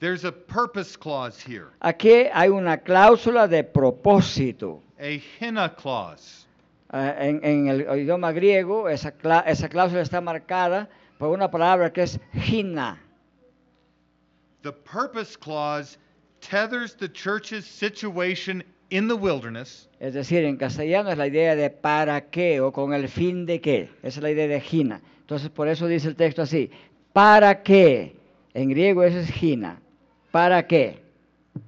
Speaker 1: there's a purpose clause here,
Speaker 2: aquí hay una cláusula de propósito.
Speaker 1: a henna clause.
Speaker 2: Ah, en, en el idioma griego esa, cla- esa cláusula está marcada por una palabra que es gina.
Speaker 1: The purpose clause tethers the church's situation in the wilderness
Speaker 2: Es decir, en castellano es la idea de para qué o con el fin de qué. Esa es la idea de gina. Entonces, por eso dice el texto así: ¿para qué? En griego eso es gina. ¿Para qué?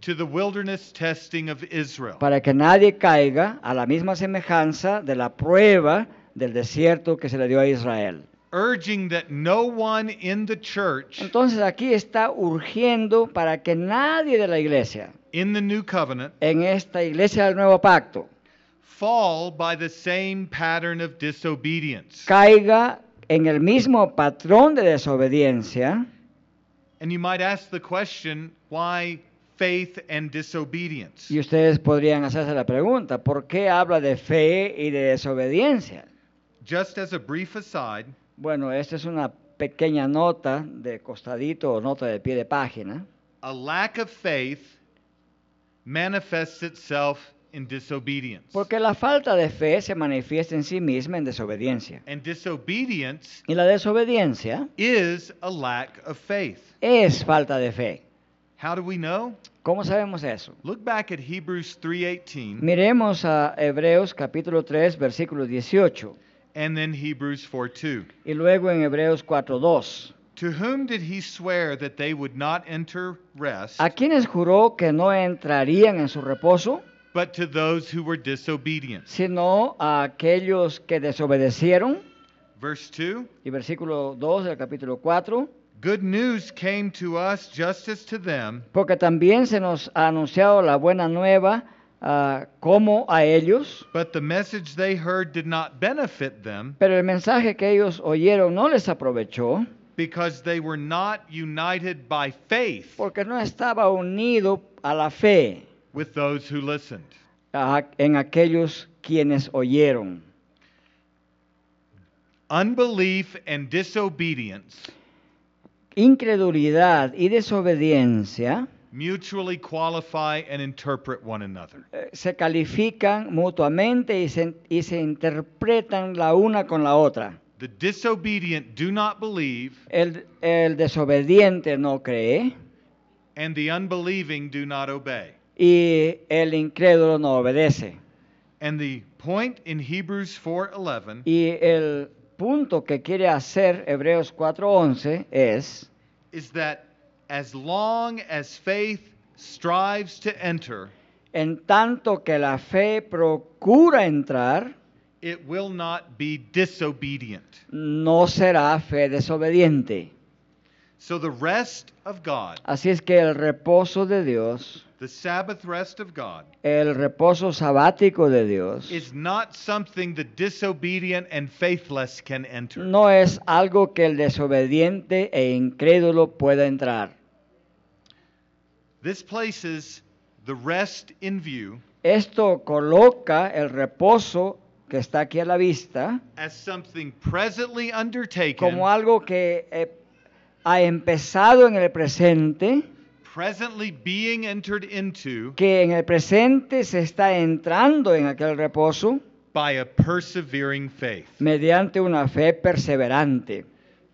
Speaker 1: to the wilderness testing of Israel.
Speaker 2: Para que nadie caiga a la misma semejanza de la prueba del desierto que se le dio a Israel.
Speaker 1: urging that no one in the church
Speaker 2: Entonces, aquí está urgiendo para que nadie de la iglesia,
Speaker 1: in the new covenant
Speaker 2: en esta iglesia del nuevo pacto,
Speaker 1: fall by the same pattern of disobedience.
Speaker 2: caiga en el mismo patrón de desobediencia.
Speaker 1: And you might ask the question why faith and disobedience?
Speaker 2: Y ustedes podrían hacerse la pregunta, ¿por qué habla de fe y de desobediencia?
Speaker 1: Just as a brief aside,
Speaker 2: Bueno, esta es una pequeña nota de costadito o nota de pie de página.
Speaker 1: a lack of faith manifests itself in disobedience.
Speaker 2: Porque la falta de fe se manifiesta en sí misma en desobediencia.
Speaker 1: And disobedience
Speaker 2: Y la desobediencia
Speaker 1: is a lack of faith.
Speaker 2: es falta de fe.
Speaker 1: How do we know?
Speaker 2: ¿Cómo sabemos eso?
Speaker 1: Look back at Hebrews 3:18
Speaker 2: Miremos a Hebreos capítulo 3, versículo 18,
Speaker 1: and then Hebrews 4:2.
Speaker 2: y luego en Hebreos 4.2.
Speaker 1: To whom did he swear that they would not enter rest,
Speaker 2: ¿A quienes juró que no entrarían en su reposo?
Speaker 1: but to those who were disobedient?
Speaker 2: sino a aquellos que desobedecieron.
Speaker 1: Verse 2
Speaker 2: Y versículo 2 del capítulo 4.
Speaker 1: Good news came to us just as to them,
Speaker 2: porque también se nos ha anunciado la buena nueva ah, como a ellos,
Speaker 1: but the message they heard did not benefit them
Speaker 2: pero el mensaje que ellos oyeron no les aprovechó,
Speaker 1: because they were not united by faith
Speaker 2: porque no estaba unido a la fe
Speaker 1: with those who listened.
Speaker 2: a- en aquellos quienes oyeron.
Speaker 1: Unbelief and disobedience
Speaker 2: Incredulidad y desobediencia
Speaker 1: mutually qualify and interpret one another.
Speaker 2: eh, se califican mutuamente y se, y se interpretan la una con la otra.
Speaker 1: The disobedient do not believe,
Speaker 2: El, el desobediente no cree
Speaker 1: and the unbelieving do not obey.
Speaker 2: y el incrédulo no obedece.
Speaker 1: And the point in Hebrews 4:11
Speaker 2: Y el punto que quiere hacer Hebreos 4:11 es
Speaker 1: is that as long as faith strives to enter,
Speaker 2: en tanto que la fe procura entrar,
Speaker 1: it will not be disobedient.
Speaker 2: no será fe desobediente.
Speaker 1: So the rest of God,
Speaker 2: Así es que el reposo de Dios,
Speaker 1: the Sabbath rest of God,
Speaker 2: el reposo sabático de Dios,
Speaker 1: is not something the disobedient and faithless can enter.
Speaker 2: no es algo que el desobediente e incrédulo pueda entrar.
Speaker 1: This places the rest in view
Speaker 2: Esto coloca el reposo que está aquí a la vista
Speaker 1: as something presently undertaken,
Speaker 2: como algo que eh, ha empezado en el presente,
Speaker 1: presently being entered into
Speaker 2: que en el presente se está entrando en aquel reposo
Speaker 1: by a persevering faith.
Speaker 2: mediante una fe perseverante.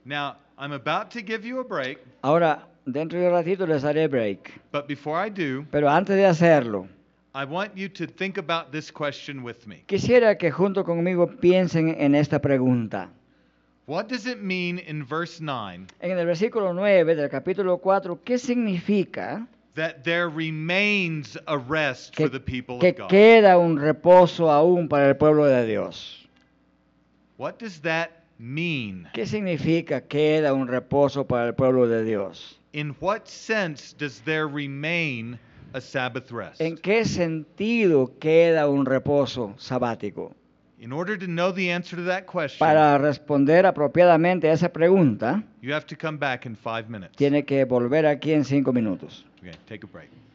Speaker 1: Now, I'm about to give you a break,
Speaker 2: Ahora, dentro de un ratito les daré break,
Speaker 1: but before I do,
Speaker 2: pero antes de hacerlo,
Speaker 1: I want you to think about this question with me.
Speaker 2: quisiera que junto conmigo piensen en esta pregunta.
Speaker 1: What does it mean in verse 9
Speaker 2: En el versículo 9 del capítulo 4, ¿qué significa
Speaker 1: that there remains a rest for the
Speaker 2: que,
Speaker 1: people
Speaker 2: que
Speaker 1: of God?
Speaker 2: queda un reposo aún para el pueblo de Dios?
Speaker 1: What does that mean?
Speaker 2: ¿Qué significa queda un reposo para el pueblo de Dios?
Speaker 1: In what sense does there remain a Sabbath rest?
Speaker 2: ¿En qué sentido queda un reposo sabático?
Speaker 1: In order to know the answer to that question,
Speaker 2: Para responder apropiadamente a esa pregunta,
Speaker 1: you have to come back in five minutes.
Speaker 2: tiene que volver aquí en cinco minutos.
Speaker 1: Okay, take a break.